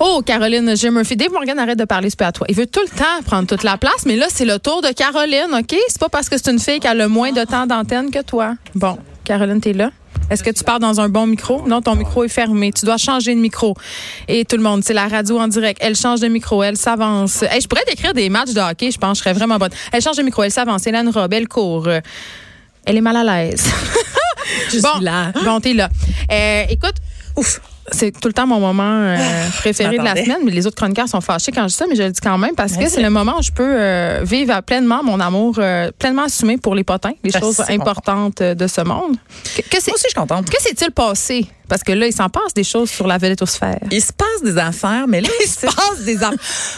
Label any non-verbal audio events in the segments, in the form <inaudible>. Oh, Caroline J. Murphy. Dave Morgan, arrête de parler, c'est pas à toi. Il veut tout le temps prendre toute la place, mais là, c'est le tour de Caroline, OK? C'est pas parce que c'est une fille qui a le moins de temps d'antenne que toi. Bon, Caroline, t'es là. Est-ce que tu parles dans un bon micro? Non, ton micro est fermé. Tu dois changer de micro. Et tout le monde, c'est la radio en direct. Elle change de micro, elle s'avance. Hey, je pourrais décrire des matchs de hockey, je pense, je serais vraiment bonne. Elle change de micro, elle s'avance. Elle a une robe, elle court. Euh, Elle est mal à l'aise. <laughs> Je bon, suis là. bon, t'es là. Euh, écoute, ouf. C'est tout le temps mon moment euh, préféré de la m'attendais. semaine, mais les autres chroniqueurs sont fâchés quand je dis ça, mais je le dis quand même parce que c'est le moment où je peux euh, vivre à pleinement mon amour, euh, pleinement assumé pour les potins, les Je choses sais, importantes euh, de ce monde. Que, que c'est- Moi aussi, je suis contente. que s'est-il passé? Parce que là, il s'en passe des choses sur la vélétosphère. Il se passe des affaires, mais là, il se passe des <laughs> affaires.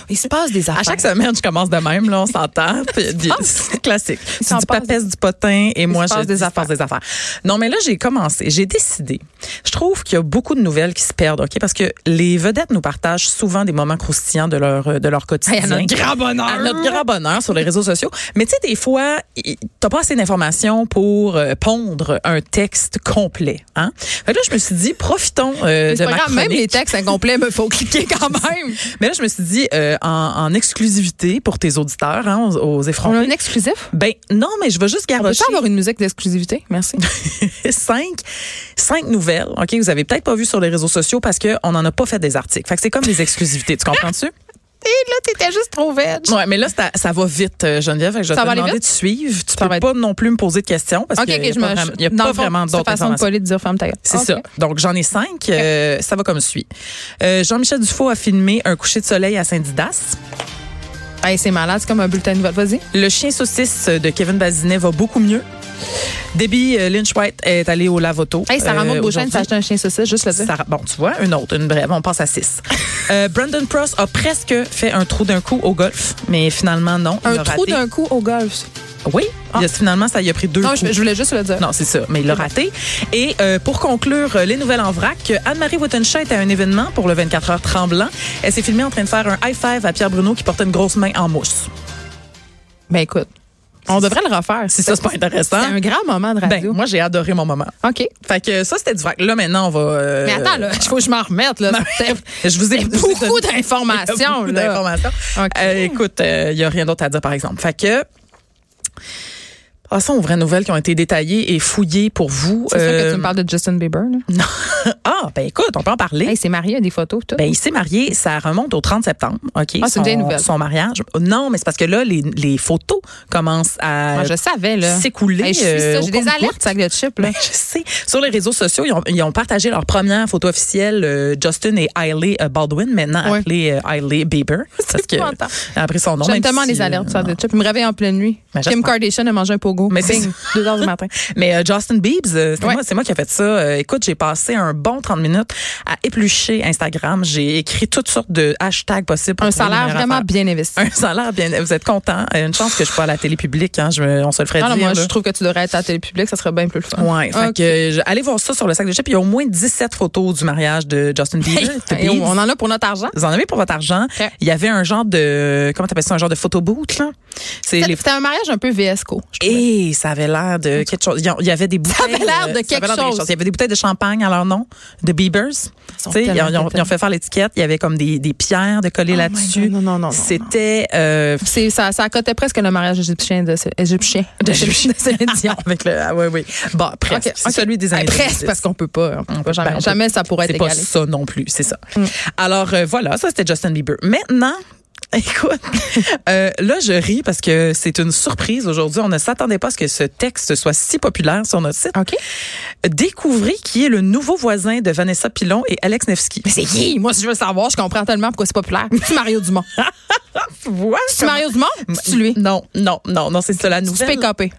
Il se passe des affaires. À chaque semaine, je commence de même, là, on s'entend. <laughs> puis il- C'est classique. Tu s'en dis passe- papesse du potin et moi, se je passe dis, des il se passe des affaires. Non, mais là, j'ai commencé. J'ai décidé. Je trouve qu'il y a beaucoup de nouvelles qui se perdent, OK? Parce que les vedettes nous partagent souvent des moments croustillants de leur, euh, de leur quotidien. à notre grand bonheur. À notre grand bonheur sur les réseaux sociaux. Mais tu sais, des fois, i- t'as pas assez d'informations pour euh, pondre un texte complet, hein? Fait que là, je me suis dit, profitons euh, Mais de c'est pas ma grave, même chronique. les textes incomplets, il faut cliquer <laughs> quand même. Mais là, je me suis dit, euh, en, en exclusivité pour tes auditeurs, hein, aux, aux On a effrontés. un exclusif? Ben non, mais je vais juste On peut garrocher pas avoir une musique d'exclusivité? <laughs> Merci. ben, <laughs> cinq, cinq nouvelles. Ok, vous avez peut-être pas vu sur les réseaux sociaux parce que on n'en a pas fait des articles. Fait que c'est comme des exclusivités, tu comprends-tu Et là, t'étais juste trop veg. <laughs> Ouais, mais là ça, ça va vite, euh, Geneviève. Fait que je vais Ça te va aller demander vite? de suivre. Tu va peux être- pas non plus me poser de questions parce OK, qu'il OK, je n'y a pas me. vraiment, il y a dans pas Ah, le fond, vraiment C'est d'autres façon de informations. polie de dire femme ta gueule. C'est OK. ça. Donc, j'en ai cinq. Euh, ça va comme suit. Euh, Jean-Michel Dufault a filmé un coucher de soleil à Saint-Didas. Hey, c'est malade, c'est comme un bulletin de vote. Vas-y. Le chien saucisse de Kevin Bazinet va beaucoup mieux. Debbie euh, Lynch-White est allée au Lavoto. Hey, Sarah Maud euh, Beauchamp aujourd'hui. s'achète un chien saucisse, juste le dire. Sarah- bon, tu vois, une autre, une brève, on passe <laughs> à six. Euh, Brandon Pross a presque fait un trou d'un coup au golf, mais finalement, non. il Un a trou raté. d'un coup au golf. Oui, il a- finalement, ça y a pris deux Non, coups. je, je voulais juste le dire. Non, c'est ça, mais il l'a raté. Et euh, pour conclure, euh, les nouvelles en vrac, euh, Anne-Marie Wottenschei était à un événement pour le 24 heures tremblant. Elle s'est filmée en train de faire un high five à Pierre Bruno qui portait une grosse main en mousse. Ben écoute, on devrait le refaire. Si ça, c'est pas intéressant. C'est un grand moment de Ben, radio. moi, j'ai adoré mon moment. OK. Fait que ça, c'était du vrac. Là, maintenant, on va. euh, Mais attends, là, il faut que je m'en remette. Là. C'était- Je vous ai Il y a je vous ai donné- <laughs> beaucoup d'informations, Il y a Beaucoup là. d'informations. OK. Euh, écoute, euh, il n'y a rien d'autre à dire, par exemple. Fait que. Passons aux vraies nouvelles qui ont été détaillées et fouillées pour vous. C'est sûr que Euh, tu me parles de Justin Bieber. Là. <laughs> Ah, ben écoute, on peut en parler. Hey, c'est marié, il y a des photos, tout. Ben, il s'est marié, ça remonte au 30 septembre, OK? Ah, c'est une vieille son- nouvelle. Son mariage. Non, mais c'est parce que là, les, les photos commencent à... Moi, Ah, je savais, là. s'écouler, Hey, je suis euh, ça, au J'ai des compte-gouttes. alertes, sac de chips, là. <laughs> Ben, je sais. Sur les réseaux sociaux, ils ont, ils ont partagé leur première photo officielle, euh, Justin et Hailey euh, Baldwin, maintenant Ouais. appelée euh, Hailey Bieber. <laughs> Parce que <laughs> épouvantable. elle a pris son nom. J'aime même tellement si, les alertes, euh, sac de chips. Il me réveille en pleine nuit. Ben, Kim j'espère. Kardashian a mangé un pogo. Mais c'est- Bing, 2 heures du matin. Mais euh, Justin Biebs, euh, c'est Ouais. moi, c'est moi qui ai fait ça. Euh, écoute, j'ai passé un bon 30 minutes à éplucher Instagram. J'ai écrit toutes sortes de hashtags possibles. pour Un trouver salaire une meilleure vraiment affaire. bien investi. Un salaire bien. Vous êtes content. Euh, Une chance que je suis pas à la télé publique. Hein, je, me- on se le ferait Non, non, dire. moi, là. je trouve que tu devrais être à la télé publique, ça serait bien plus le fun. Ouais, fait Ok. que, je- allez voir ça sur le sac de chips. Il y a au moins 17 photos du mariage de Justin Bieber. de Hey, Biebs. on en a pour notre argent. Vous en avez pour votre argent. Ok. Il y avait un genre de comment t'appelles ça un genre de photo booth là. C'est les C'était un mariage un peu VSCO. je trouvais. et ça avait l'air de quelque chose. Il y a- Il y avait des bouteilles. avait l'air de euh, quelque chose. Il y avait des bouteilles de champagne à leur nom, de Biebers. Tu sont sais, Ils, ont- tellement ils ont- ils ont fait faire l'étiquette. Il y avait comme des, des pierres de coller Oh my là-dessus. God, non, non, non, non, non. C'était euh, C'est ça, ça accotait presque le mariage égyptien de ce- égyptien. <laughs> de Céline Dion avec le. Ah, oui, oui. Bon, presque. Ok, C'est ok. celui des années. Eh, presque 70. parce qu'on peut pas. hein. on peut pas jamais, Ben, on peut- jamais ça pourrait être C'est pas égalé. Mm. ça non plus, c'est ça. Alors euh, voilà, ça c'était Justin Bieber. Maintenant, <laughs> écoute, euh, là je ris parce que c'est une surprise aujourd'hui. On ne s'attendait pas à ce que ce texte soit si populaire sur notre site. OK. Découvrez qui est le nouveau voisin de Vanessa Pilon et Alex Nevsky. Mais c'est qui? Moi, si je veux savoir, je comprends tellement pourquoi c'est populaire. C'est Mario <laughs> Dumont. Voilà. C'est Mario Dumont? C'est lui. Non, non, non, non, c'est cela. Tu peux copier.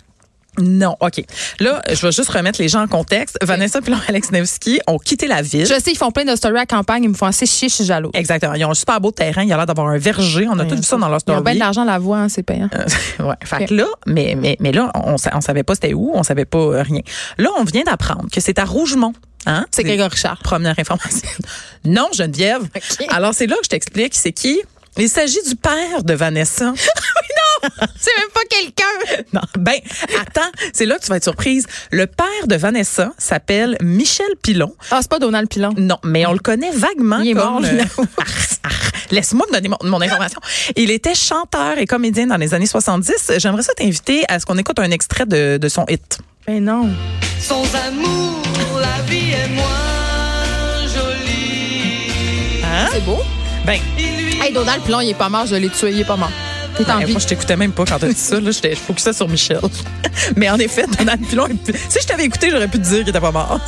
Non, OK. Là, je vais juste remettre les gens en contexte. Vanessa Pilon et Alex Nevsky ont quitté la ville. Je sais, ils font plein de stories à campagne, ils me font assez chier, je suis jaloux. Exactement. Ils ont un super beau terrain. Il y a l'air d'avoir un verger. On a tout vu ça dans leur Ils story. ont bien de l'argent à la voix, hein, c'est payant. Euh, <laughs> ouais. Fait que là, mais, mais, mais là, on, sa- on savait pas c'était où, on savait pas euh, rien. Là, on vient d'apprendre que c'est à Rougemont. Hein? C'est Grégory Richard. Première information. <laughs> non, Geneviève. <laughs> Ok. <laughs> Alors, c'est là que je t'explique, c'est qui? Il s'agit du père de Vanessa. C'est même pas quelqu'un. Non, ben, attends, c'est là que tu vas être surprise. Le père de Vanessa s'appelle Michel Pilon. Ah, c'est pas Donald Pilon. Non, mais on le connaît vaguement Il est comme... mort, le- <laughs> lui. Arr, arr. Laisse-moi me donner mon, mon information. Il était chanteur et comédien dans les années 70. J'aimerais ça t'inviter à ce qu'on écoute un extrait de, de son hit. Mais non. Sans amour, la vie est moins jolie. Hein? Ah, C'est beau. Ben, Il lui Hey, Donald Pilon, il est pas mort. Je l'ai tué. Il est pas mort. T'es en ben, vie. moi, je t'écoutais même pas quand t'as dit ça. Là, j'étais- je focusais sur Michel. <laughs> mais en effet, Donald Pilon, est- si je t'avais écouté, j'aurais pu te dire qu'il était <laughs> pas mort.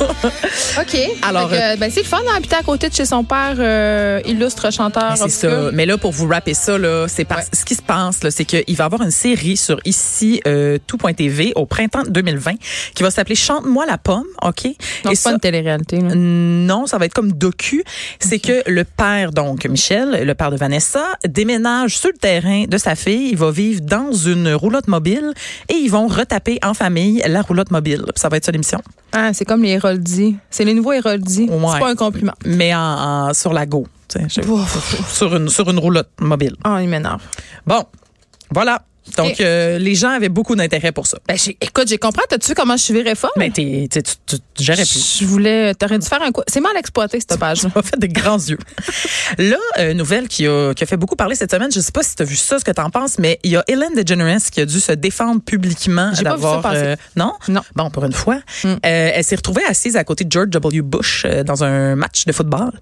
OK. Alors, Fait que, ben, c'est le fun d'habiter à côté de chez son père, euh, illustre chanteur. Mais c'est obscur. ça. Mais là, pour vous rapper ça, là, c'est parce- ce qui se passe, là, c'est qu'il va y avoir une série sur ici euh, tout.tv au printemps 2020 qui va s'appeler Chante-moi la pomme, ok Donc, Et c'est pas ça- une télé-réalité. là. non, ça va être comme docu. C'est que le père, donc Michel, le père de Vanessa, déménage sur le terrain de sa fille. Il va vivre dans une roulotte mobile et ils vont retaper en famille la roulotte mobile. Ça va être ça l'émission. Ah, c'est comme les Héroldi. C'est les nouveaux Héroldi. Ouais. C'est pas un compliment. Mais en, en- sur la go, tu sais, je- Ouf. sur une sur une roulotte mobile. Ah, il m'énerve. Bon, voilà. Donc, euh, les gens avaient beaucoup d'intérêt pour ça. Ben, j'ai- écoute, j'ai compris. T'as-tu vu comment je suis virée fort? Mais t'es, t'es- tu, tu, tu gérais plus. Je voulais. T'aurais dû faire un coup. C'est mal exploité, cette <laughs> page. Tu m'as fait des grands yeux. Là, euh, nouvelle qui a, qui a fait beaucoup parler cette semaine, je sais pas si tu as vu ça, ce que tu en penses, mais il y a Hélène DeGeneres qui a dû se défendre publiquement J'ai pas vu ça d'avoir... euh, passer. non? Non. Mm. Bon, pour une fois, euh, elle s'est retrouvée assise à côté de George W. Bush euh, dans un match de football.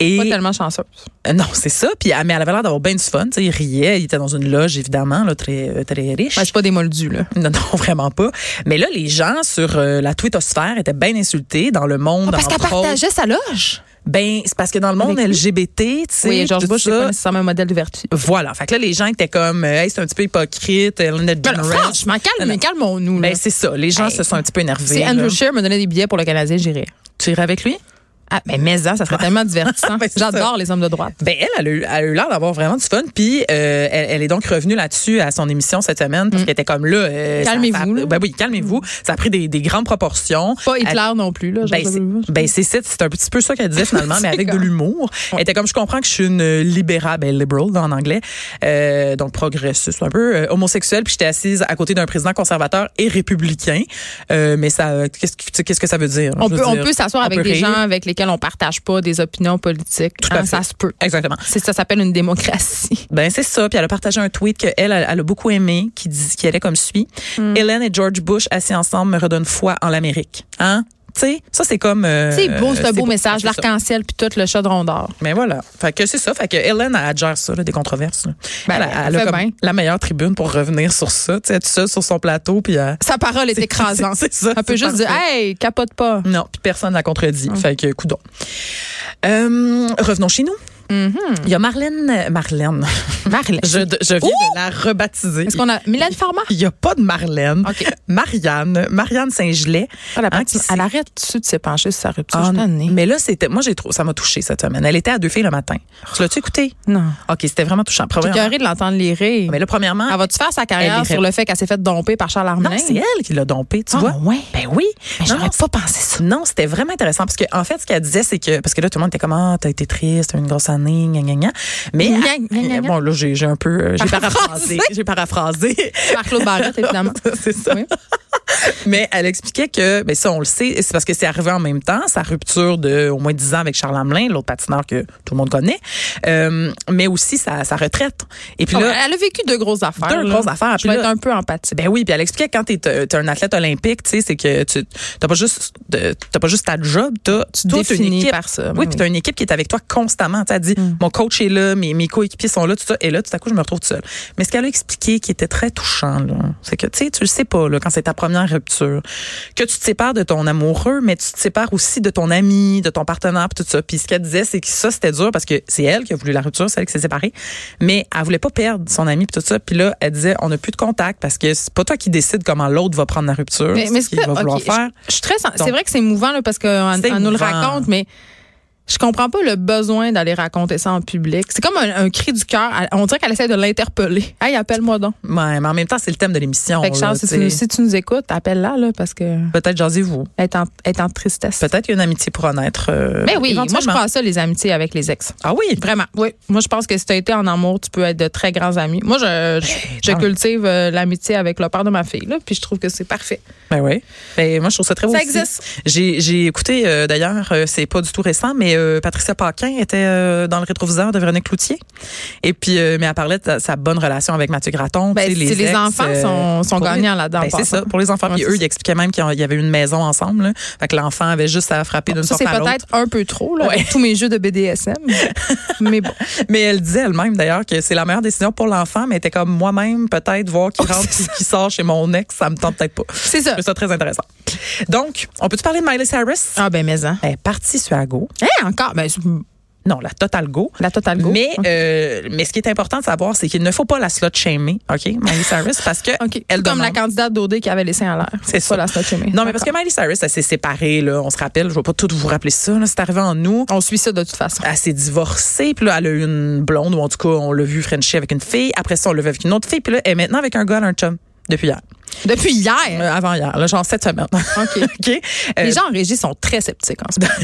Et Pas tellement chanceuse. Euh, Non, c'est ça. Puis, ah, mais elle avait l'air d'avoir bien du fun. Tu sais, il riait. Il était dans une loge, évidemment, là, très, euh, très riche. Ben, je suis pas démoldue, là. Non, non, <laughs> vraiment pas. Mais là, les gens sur euh, la twittosphère étaient bien insultés dans le monde. Oh, parce qu'elle entre autres. partageait sa loge. Ben, c'est parce que dans le monde Avec LGBT, tu sais, Oui, George tout Bush, c'est ça. pas nécessairement un modèle de vertu. Voilà. Fait que là, les gens étaient comme, euh, hey, c'est un petit peu hypocrite. Ellen Ben, DeGeneres. franchement, Non, non. calme, calme-nous. là. Ben, c'est ça. Les gens Hey. se sont un petit peu énervés. Si là. Andrew Scheer me donnait des billets pour le Canadien, j'irais. Tu irais avec lui? Ah, ben, mais ça, ça serait tellement <laughs> divertissant. Ben, c'est J'adore les hommes de droite. Ben elle, elle a eu- elle a eu l'air d'avoir vraiment du fun. Puis euh, elle, elle est donc revenue là-dessus à son émission cette semaine parce qu'elle était comme là. euh, ça- Mm. Calmez-vous, ça- là. Ben oui, calmez-vous. Ça a pris des, des grandes proportions. Pas Elle- Hitler non plus, là. ben, George c'est- W. Bush. ben, c'est ça, c'est un petit peu ça <laughs> qu'elle disait finalement, mais C'est avec de comme- l'humour. Elle était comme, je comprends que je suis une libérale, ben liberal en anglais, euh, donc progressiste un peu, euh, homosexuelle, puis j'étais assise à côté d'un président conservateur et républicain. Euh, mais ça, euh, qu'est-ce que, tu sais, qu'est-ce que ça veut dire? on Je veux peut, on dire, peut s'asseoir on avec peut des rire. gens avec lesquels on partage pas des opinions politiques. Tout à Hein, fait. Ça se peut. Exactement. C'est- Ça s'appelle une démocratie. Ben c'est ça. Puis elle a partagé un tweet qu'elle, elle, elle a beaucoup aimé, qui dit, qui allait comme suit. Mm. Hélène et George Bush assis ensemble me redonnent foi en l'Amérique. Hein? Tu sais, ça c'est comme. euh, c'est beau, c'est un beau message. c'est ça. L'arc-en-ciel, puis tout le chaudron d'or. Mais voilà. Fait que c'est ça. Fait que Hélène, elle gère ça, là, des controverses. là. Ben, elle, elle a fait comme bien. la meilleure tribune pour revenir sur ça. Tu sais, tout seule sur son plateau, <laughs> puis elle- Sa parole est écrasante. <laughs> c'est ça. On peut c'est juste dire, parfait. hey, Hum. capote pas. Non, puis personne ne la contredit. Fait que, coudon. Euh, revenons chez nous. Mm-hmm. Il y a Marlène. <laughs> Marlène. Marlène. Je, je viens Ouh! de la rebaptiser. Est-ce qu'on a. Mylène Farmer? Il n'y a pas de Marlène. OK. Ah, Marianne, Marianne Saint-Gelais. Elle, hein, qui s'est- arrête dessus de se pencher sur sa rupture. Ah, je suis tannée. mais là, c'était. Moi, j'ai trop. Ça m'a touchée cette semaine. Elle était à deux filles le matin. Tu l'as-tu écouté? Non. OK, c'était vraiment touchant. J'ai Premièrement, curé de l'entendre les rires. Ah, mais là, premièrement, Ah. Elle va-tu faire sa Elle carrière est sur le fait qu'elle s'est faite domper par Charles Armelin? non, c'est elle qui l'a dompé, tu Ah, vois. ouais. Ben oui. Mais Non, j'aurais non, pas pensé ça. Non, c'était vraiment intéressant parce que en fait, ce qu'elle disait, c'est que parce que là, tout le monde était comme ah, t'as été triste, t'as eu une grosse année, gna gna gna. Mais Gna, gna, gna, gna. bon, là, j'ai j'ai un peu euh, j'ai paraphrasé, Paraphrasé. j'ai paraphrasé. Marc-Claude <laughs> Barrette, évidemment. c'est ça. Oui. Mais elle expliquait que, ben ça, on le sait, c'est parce que c'est arrivé en même temps, sa rupture de au moins 10 ans avec Charles Hamelin, l'autre patineur que tout le monde connaît, euh, mais aussi sa, sa retraite. Et puis Oh, là, elle a vécu deux grosses affaires. Deux là. grosses affaires, Je puis vais là- être un peu empathique. ben oui, puis elle expliquait que quand t'es t'es un athlète olympique, tu sais, c'est que tu t'as pas juste de- t'as pas juste ta job, t'as Tout toute une finit équipe. par ça. Ah Oui, puis t'as une équipe qui est avec toi constamment. Tu as dit, Mm. mon coach est là, mes, mes coéquipiers sont là, tout ça. Et là, tout à coup, je me retrouve toute seule. Mais ce qu'elle a expliqué qui était très touchant, là, c'est que, tu sais, tu le sais pas, là, quand c'est ta première rupture, que tu te sépares de ton amoureux, mais tu te sépares aussi de ton ami, de ton partenaire, puis tout ça. Puis ce qu'elle disait, c'est que ça, c'était dur parce que c'est elle qui a voulu la rupture, c'est elle qui s'est séparée. Mais elle voulait pas perdre son ami, puis tout ça. Puis là, elle disait, on n'a plus de contact parce que c'est pas toi qui décide comment l'autre va prendre la rupture, Mais, mais ce c'est qu'il va pas- vouloir ok, faire. Je, je suis très sen- Donc, c'est vrai que c'est émouvant là, parce qu'on c'est on nous le émouvant. raconte, mais Je comprends pas le besoin d'aller raconter ça en public. C'est comme un, un cri du cœur. Elle- On dirait qu'elle essaie de l'interpeller. Hey, appelle-moi donc. Ouais, mais en même temps, c'est le thème de l'émission. Fait que là, Charles, si tu tu, nous- sais. si tu nous écoutes, appelle-la, là, parce que Peut-être jasez-vous. elle est en, elle est en tristesse. Peut-être qu'il y a une amitié pour en être. euh, Mais Ben oui, moi, je éventuellement. pense à ça, les amitiés avec les ex. Ah oui, Vraiment, oui. Moi, je pense que si tu as été en amour, tu peux être de très grands amis. Moi, je, je, je tant mieux. cultive euh, l'amitié avec le père de ma fille, là, puis je trouve que c'est parfait. Ben oui. Ben, moi, je trouve ça très beau. Ça aussi. existe. J'ai, j'ai écouté, euh, d'ailleurs, euh, c'est pas du tout récent, mais euh, Patricia Paquin était euh, dans le rétroviseur de Véronique Cloutier. Et puis, euh, mais elle parlait de sa- sa bonne relation avec Mathieu Graton. Ben, tu sais, si les ex, enfants euh, sont, sont pour les- gagnants là-dedans. Ben, en c'est passant. ça, pour les enfants. Ouais, Puis c'est eux, ça. ils expliquaient même qu'il y avait une maison ensemble. Là. Fait que l'enfant avait juste à frapper d'une Ça, sorte c'est à l'autre. peut-être un peu trop, là, Ouais. avec tous mes jeux de BDSM. <laughs> mais bon, Mais elle disait elle-même, d'ailleurs, que c'est la meilleure décision pour l'enfant, mais elle était comme moi-même, peut-être, voir <laughs> qui Oh, rentre c'est puis qui sort chez mon ex, ça me tente peut-être pas. c'est ça. Je trouve ça très intéressant. Donc, on peut-tu parler de Miley Cyrus? Ah, ben, mais, hein. Elle est partie sur la go. Hein, encore? Ben, c'est- Non, la totale go. la totale go. Mais, euh, mais ce qui est important de savoir, c'est qu'il ne faut pas la slot shamer, OK, Miley Cyrus, parce que <laughs> OK. elle Comme la demande. candidate d'OD qui avait les seins en l'air. C'est Faut ça. pas la snatcher, Non, mais parce que Miley Cyrus, elle s'est séparée, là, on se rappelle, je vais pas tout vous rappeler ça, là, c'est arrivé en août. On suit ça de toute façon. Elle s'est divorcée, puis là, elle a eu une blonde, ou en tout cas, on l'a vu Frenchie avec une fille. Après ça, on l'a vu avec une autre fille, puis là, elle est maintenant avec un gars, elle a un chum, depuis hier. Depuis hier. Euh, avant hier, là, genre cette semaine. OK. <laughs> OK? Euh, Les gens en régie sont très sceptiques en ce <laughs> moment.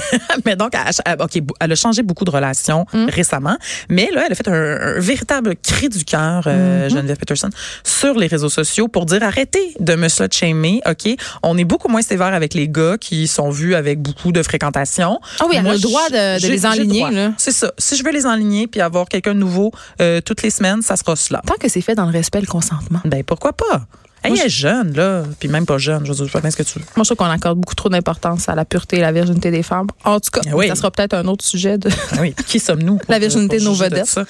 mais donc, elle, elle- OK, bou- elle a changé beaucoup de relations Mm. récemment, mais là, elle a fait un, un véritable cri du cœur, Mm-hmm. euh, Geneviève Peterson, sur les réseaux sociaux pour dire arrêtez de me slut shamer, OK? On est beaucoup moins sévère avec les gars qui sont vus avec beaucoup de fréquentation. Ah oui, elle a le je- droit de- de j'ai- les j'ai le enligner, droit. là. C'est ça. Si je veux les enligner puis avoir quelqu'un de nouveau euh, toutes les semaines, ça sera cela. Tant que c'est fait dans le respect et le consentement. Ben, pourquoi pas? Elle Moi, je- est jeune, là. Puis même pas jeune, je veux dire, je sais pas bien ce que tu veux. Moi, je trouve qu'on accorde beaucoup trop d'importance à la pureté et la virginité des femmes. En tout cas, Ah oui. ça sera peut-être un autre sujet. De... Ah Oui, qui sommes-nous? pour- La virginité pour de nos juger vedettes. ça?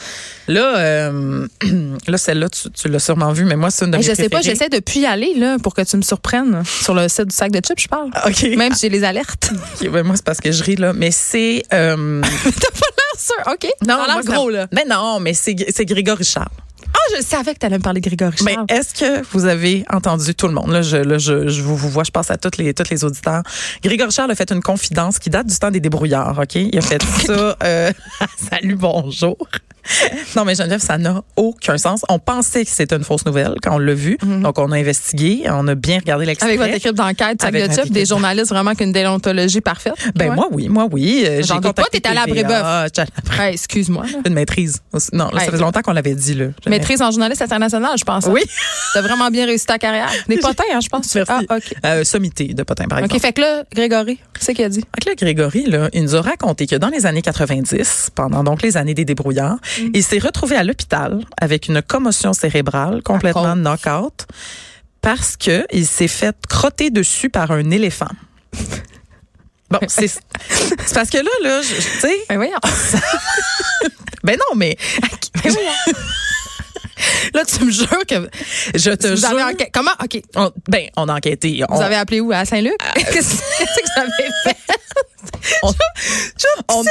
Là, euh, <clears throat> là celle-là, tu, tu l'as sûrement vue, mais moi, c'est une de Hey, mes Eh, je sais pas, préférées. j'essaie depuis y aller là, pour que tu me surprennes sur le site du sac de chips, je <laughs> parle. Ah, OK. Même si j'ai les alertes. <laughs> OK, ben moi, c'est parce que je ris, là. Mais c'est. euh, Ah, sûr, OK. Non, moi, ça- gros, là. Ben non, mais c'est c'est Grégory Charles. Ah, je savais que t'allais me parler de Grégory Mais Charles. Ben, est-ce que vous avez entendu tout le monde? Là, je, là, je, je vous, vous vois, je passe à toutes les, toutes les auditeurs. Grégory Charles a fait une confidence qui date du temps des débrouillards, OK? Il <laughs> a fait ça. euh, <laughs> salut, bonjour. <laughs> Non, mais Geneviève, ça n'a aucun sens. On pensait que c'était une fausse nouvelle quand on l'a vu. Donc, on a investigué, on a bien regardé l'extrait. Mhm. Avec votre équipe d'enquête, sac Avec de ma chips, des équipe. journalistes vraiment qu'une déontologie parfaite. Ben, Ouais. moi, oui, moi, oui. Euh, J'en j'ai doute pas, contacté t'es allé à TVA. Brébeuf. Ah, j'allais à Brébeuf. Hey, excuse-moi. là. Une maîtrise. aussi. Non, là, Hey. ça faisait longtemps qu'on l'avait dit, là. J'avais- Maîtrise en journaliste international, je pense. hein. Oui. T'as vraiment bien réussi ta carrière. <laughs> Des potins, hein, je pense. Merci. Ah, OK. Euh, sommité de Potin, par exemple. OK, fait que là, Grégory, c'est qu'il a dit. Fait que là, Grégory, là, il nous a raconté que dans les années 90, pendant donc les années des débrouillards, Mm. il s'est retrouvé à l'hôpital avec une commotion cérébrale complètement À knock-out parce que il s'est fait crotter dessus par un éléphant. <laughs> Bon, c'est c'est parce que là, là, je- tu sais, Ben voyons. ben non, mais <laughs> Là, tu me jures que. je te Vous jure, avez enquê- Comment? OK. on- ben on a enquêté, on, Vous avez appelé où? À Saint-Luc? <laughs> Qu'est-ce que vous <laughs> avez fait? on- on-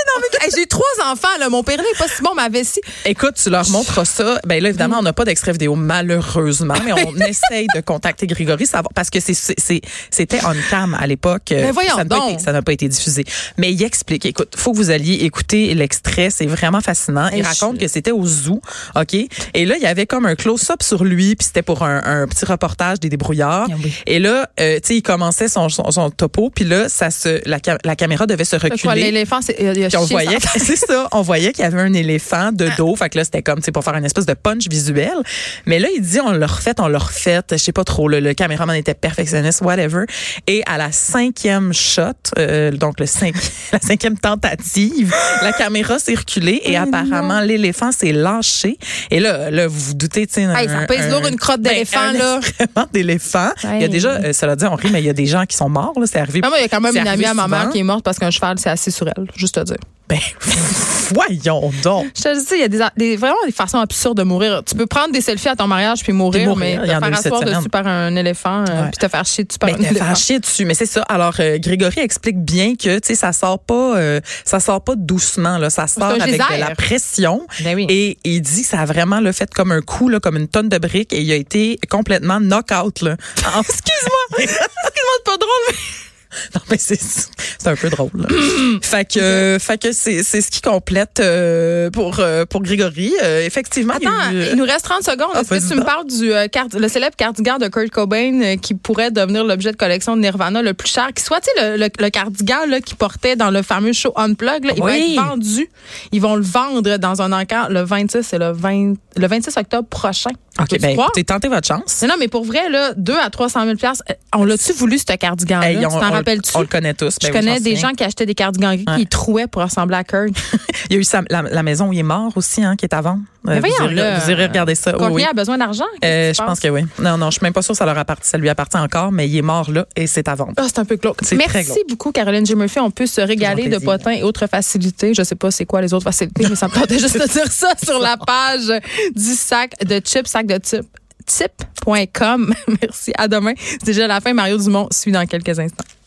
Hey, J'ai trois enfants, là. Mon père n'est pas si bon, ma vessie. Écoute, tu leur montres ça. Ben là, évidemment, on n'a pas d'extrait vidéo, malheureusement, mais <laughs> on essaye de contacter Grégory, savoir, parce que c'est- c'est- c'est- c'était on cam à l'époque. euh, Mais voyons ça n'a pas donc. été- ça n'a pas été diffusé. Mais il explique. Écoute, faut que vous alliez écouter l'extrait. C'est vraiment fascinant. Et Il je- raconte que c'était au zoo, ok. Et là, il y avait comme un close-up sur lui, puis c'était pour un, un petit reportage des débrouillards. Ah oui. Et là, euh, tu sais, il commençait son, son, son topo, puis là, ça se, la, cam- la caméra devait se reculer. Quoi, l'éléphant, c'est. il a- il a Puis on chié voyait, ça. <laughs> c'est ça, on voyait qu'il y avait un éléphant de dos. Fait que là, c'était comme, tu sais, pour faire une espèce de punch visuel. Mais là, il dit, on l'a refait, on l'a refait. Je sais pas trop, le, le caméraman était perfectionniste, whatever. Et à la cinquième shot, euh, donc le cinq, <laughs> la cinquième tentative, la caméra s'est reculée et apparemment, l'éléphant s'est lâché. Et là, là, vous vous doutez, tu sais, Hey, ça pèse lourd une crotte d'éléphant, là. Vraiment d'éléphant. Il y a Hey. déjà, euh, cela dit, on rit, mais il y a des gens qui sont morts, là. C'est arrivé. Ah, Moi, il y a quand même c'est une amie arrivé à ma mère souvent. qui est morte parce qu'un cheval s'est assis sur elle, juste te dire. Ben, <laughs> voyons donc. Je te dis, il y a des, des- vraiment des façons absurdes de mourir. Tu peux prendre des selfies à ton mariage puis mourir, Puis mourir, mais il te y en a faire eu cette asseoir dessus semaine. par un éléphant euh, Ouais. puis te faire chier dessus par Mais un éléphant. faire chier Ben, dessus, mais c'est ça. Alors euh, Grégory explique bien que tu sais ça sort pas euh, ça sort pas doucement là, ça sort un avec de geyser. la pression. Ben oui. Et il dit que ça a vraiment le fait comme un coup là, comme une tonne de briques <laughs> et il a été complètement knock out là. En- Excuse-moi. Excuse-moi, c'est pas drôle, mais Non, mais c'est c'est un peu drôle. <clears throat> là. fait que, euh, fait que c'est c'est ce qui complète euh, pour euh, pour Grégory. Euh, effectivement, il y a Attends, eu- il nous reste 30 secondes. Ah, Est-ce que vas-y tu me donc. parles du euh, card- le célèbre cardigan de Kurt Cobain euh, qui pourrait devenir l'objet de collection de Nirvana le plus cher qui soit? Tu sais, le, le- le cardigan là, qu'il portait dans le fameux show Unplug, là, il va Oui. être vendu. Ils vont le vendre dans un encart le 26 et le, 20 le 26 octobre prochain. OK, Peux-tu ben, croire? écoutez, tentez votre chance. Mais non, mais pour vrai, là, 2 à 300 000 piastres, euh, on l'a-tu voulu, ce cardigan-là? Hey, Ah, tu on, t'en on- rappelles-tu? on le connaît tous. Je Ben oui, connais m'en des souviens. gens qui achetaient des cardigans gris qui Ouais. trouaient pour ressembler à Kurt. Il y a eu sa- la, la maison où il est mort aussi, hein, qui est à vendre. Euh, voyons, vous, irez, là. vous irez regarder ça. Oui, Courtney oui. a besoin d'argent? Qu'est-ce Euh, qui se je passe? pense que oui. Non, non, je suis même pas sûre que ça leur appartient. Ça lui appartient encore, mais il est mort là et c'est à vendre. Ah, c'est un peu glauque. C'est Merci très glauque. beaucoup, Caroline J. Murphy. On peut se régaler de plaisir. potins et autres facilités. Je sais pas c'est quoi les autres facilités, mais ça me tentait <laughs> juste de dire ça sur la page du sac de chips, sac de chips. <laughs> Tip.com. Merci. À demain. C'est déjà la fin. Mario Dumont suit dans quelques instants.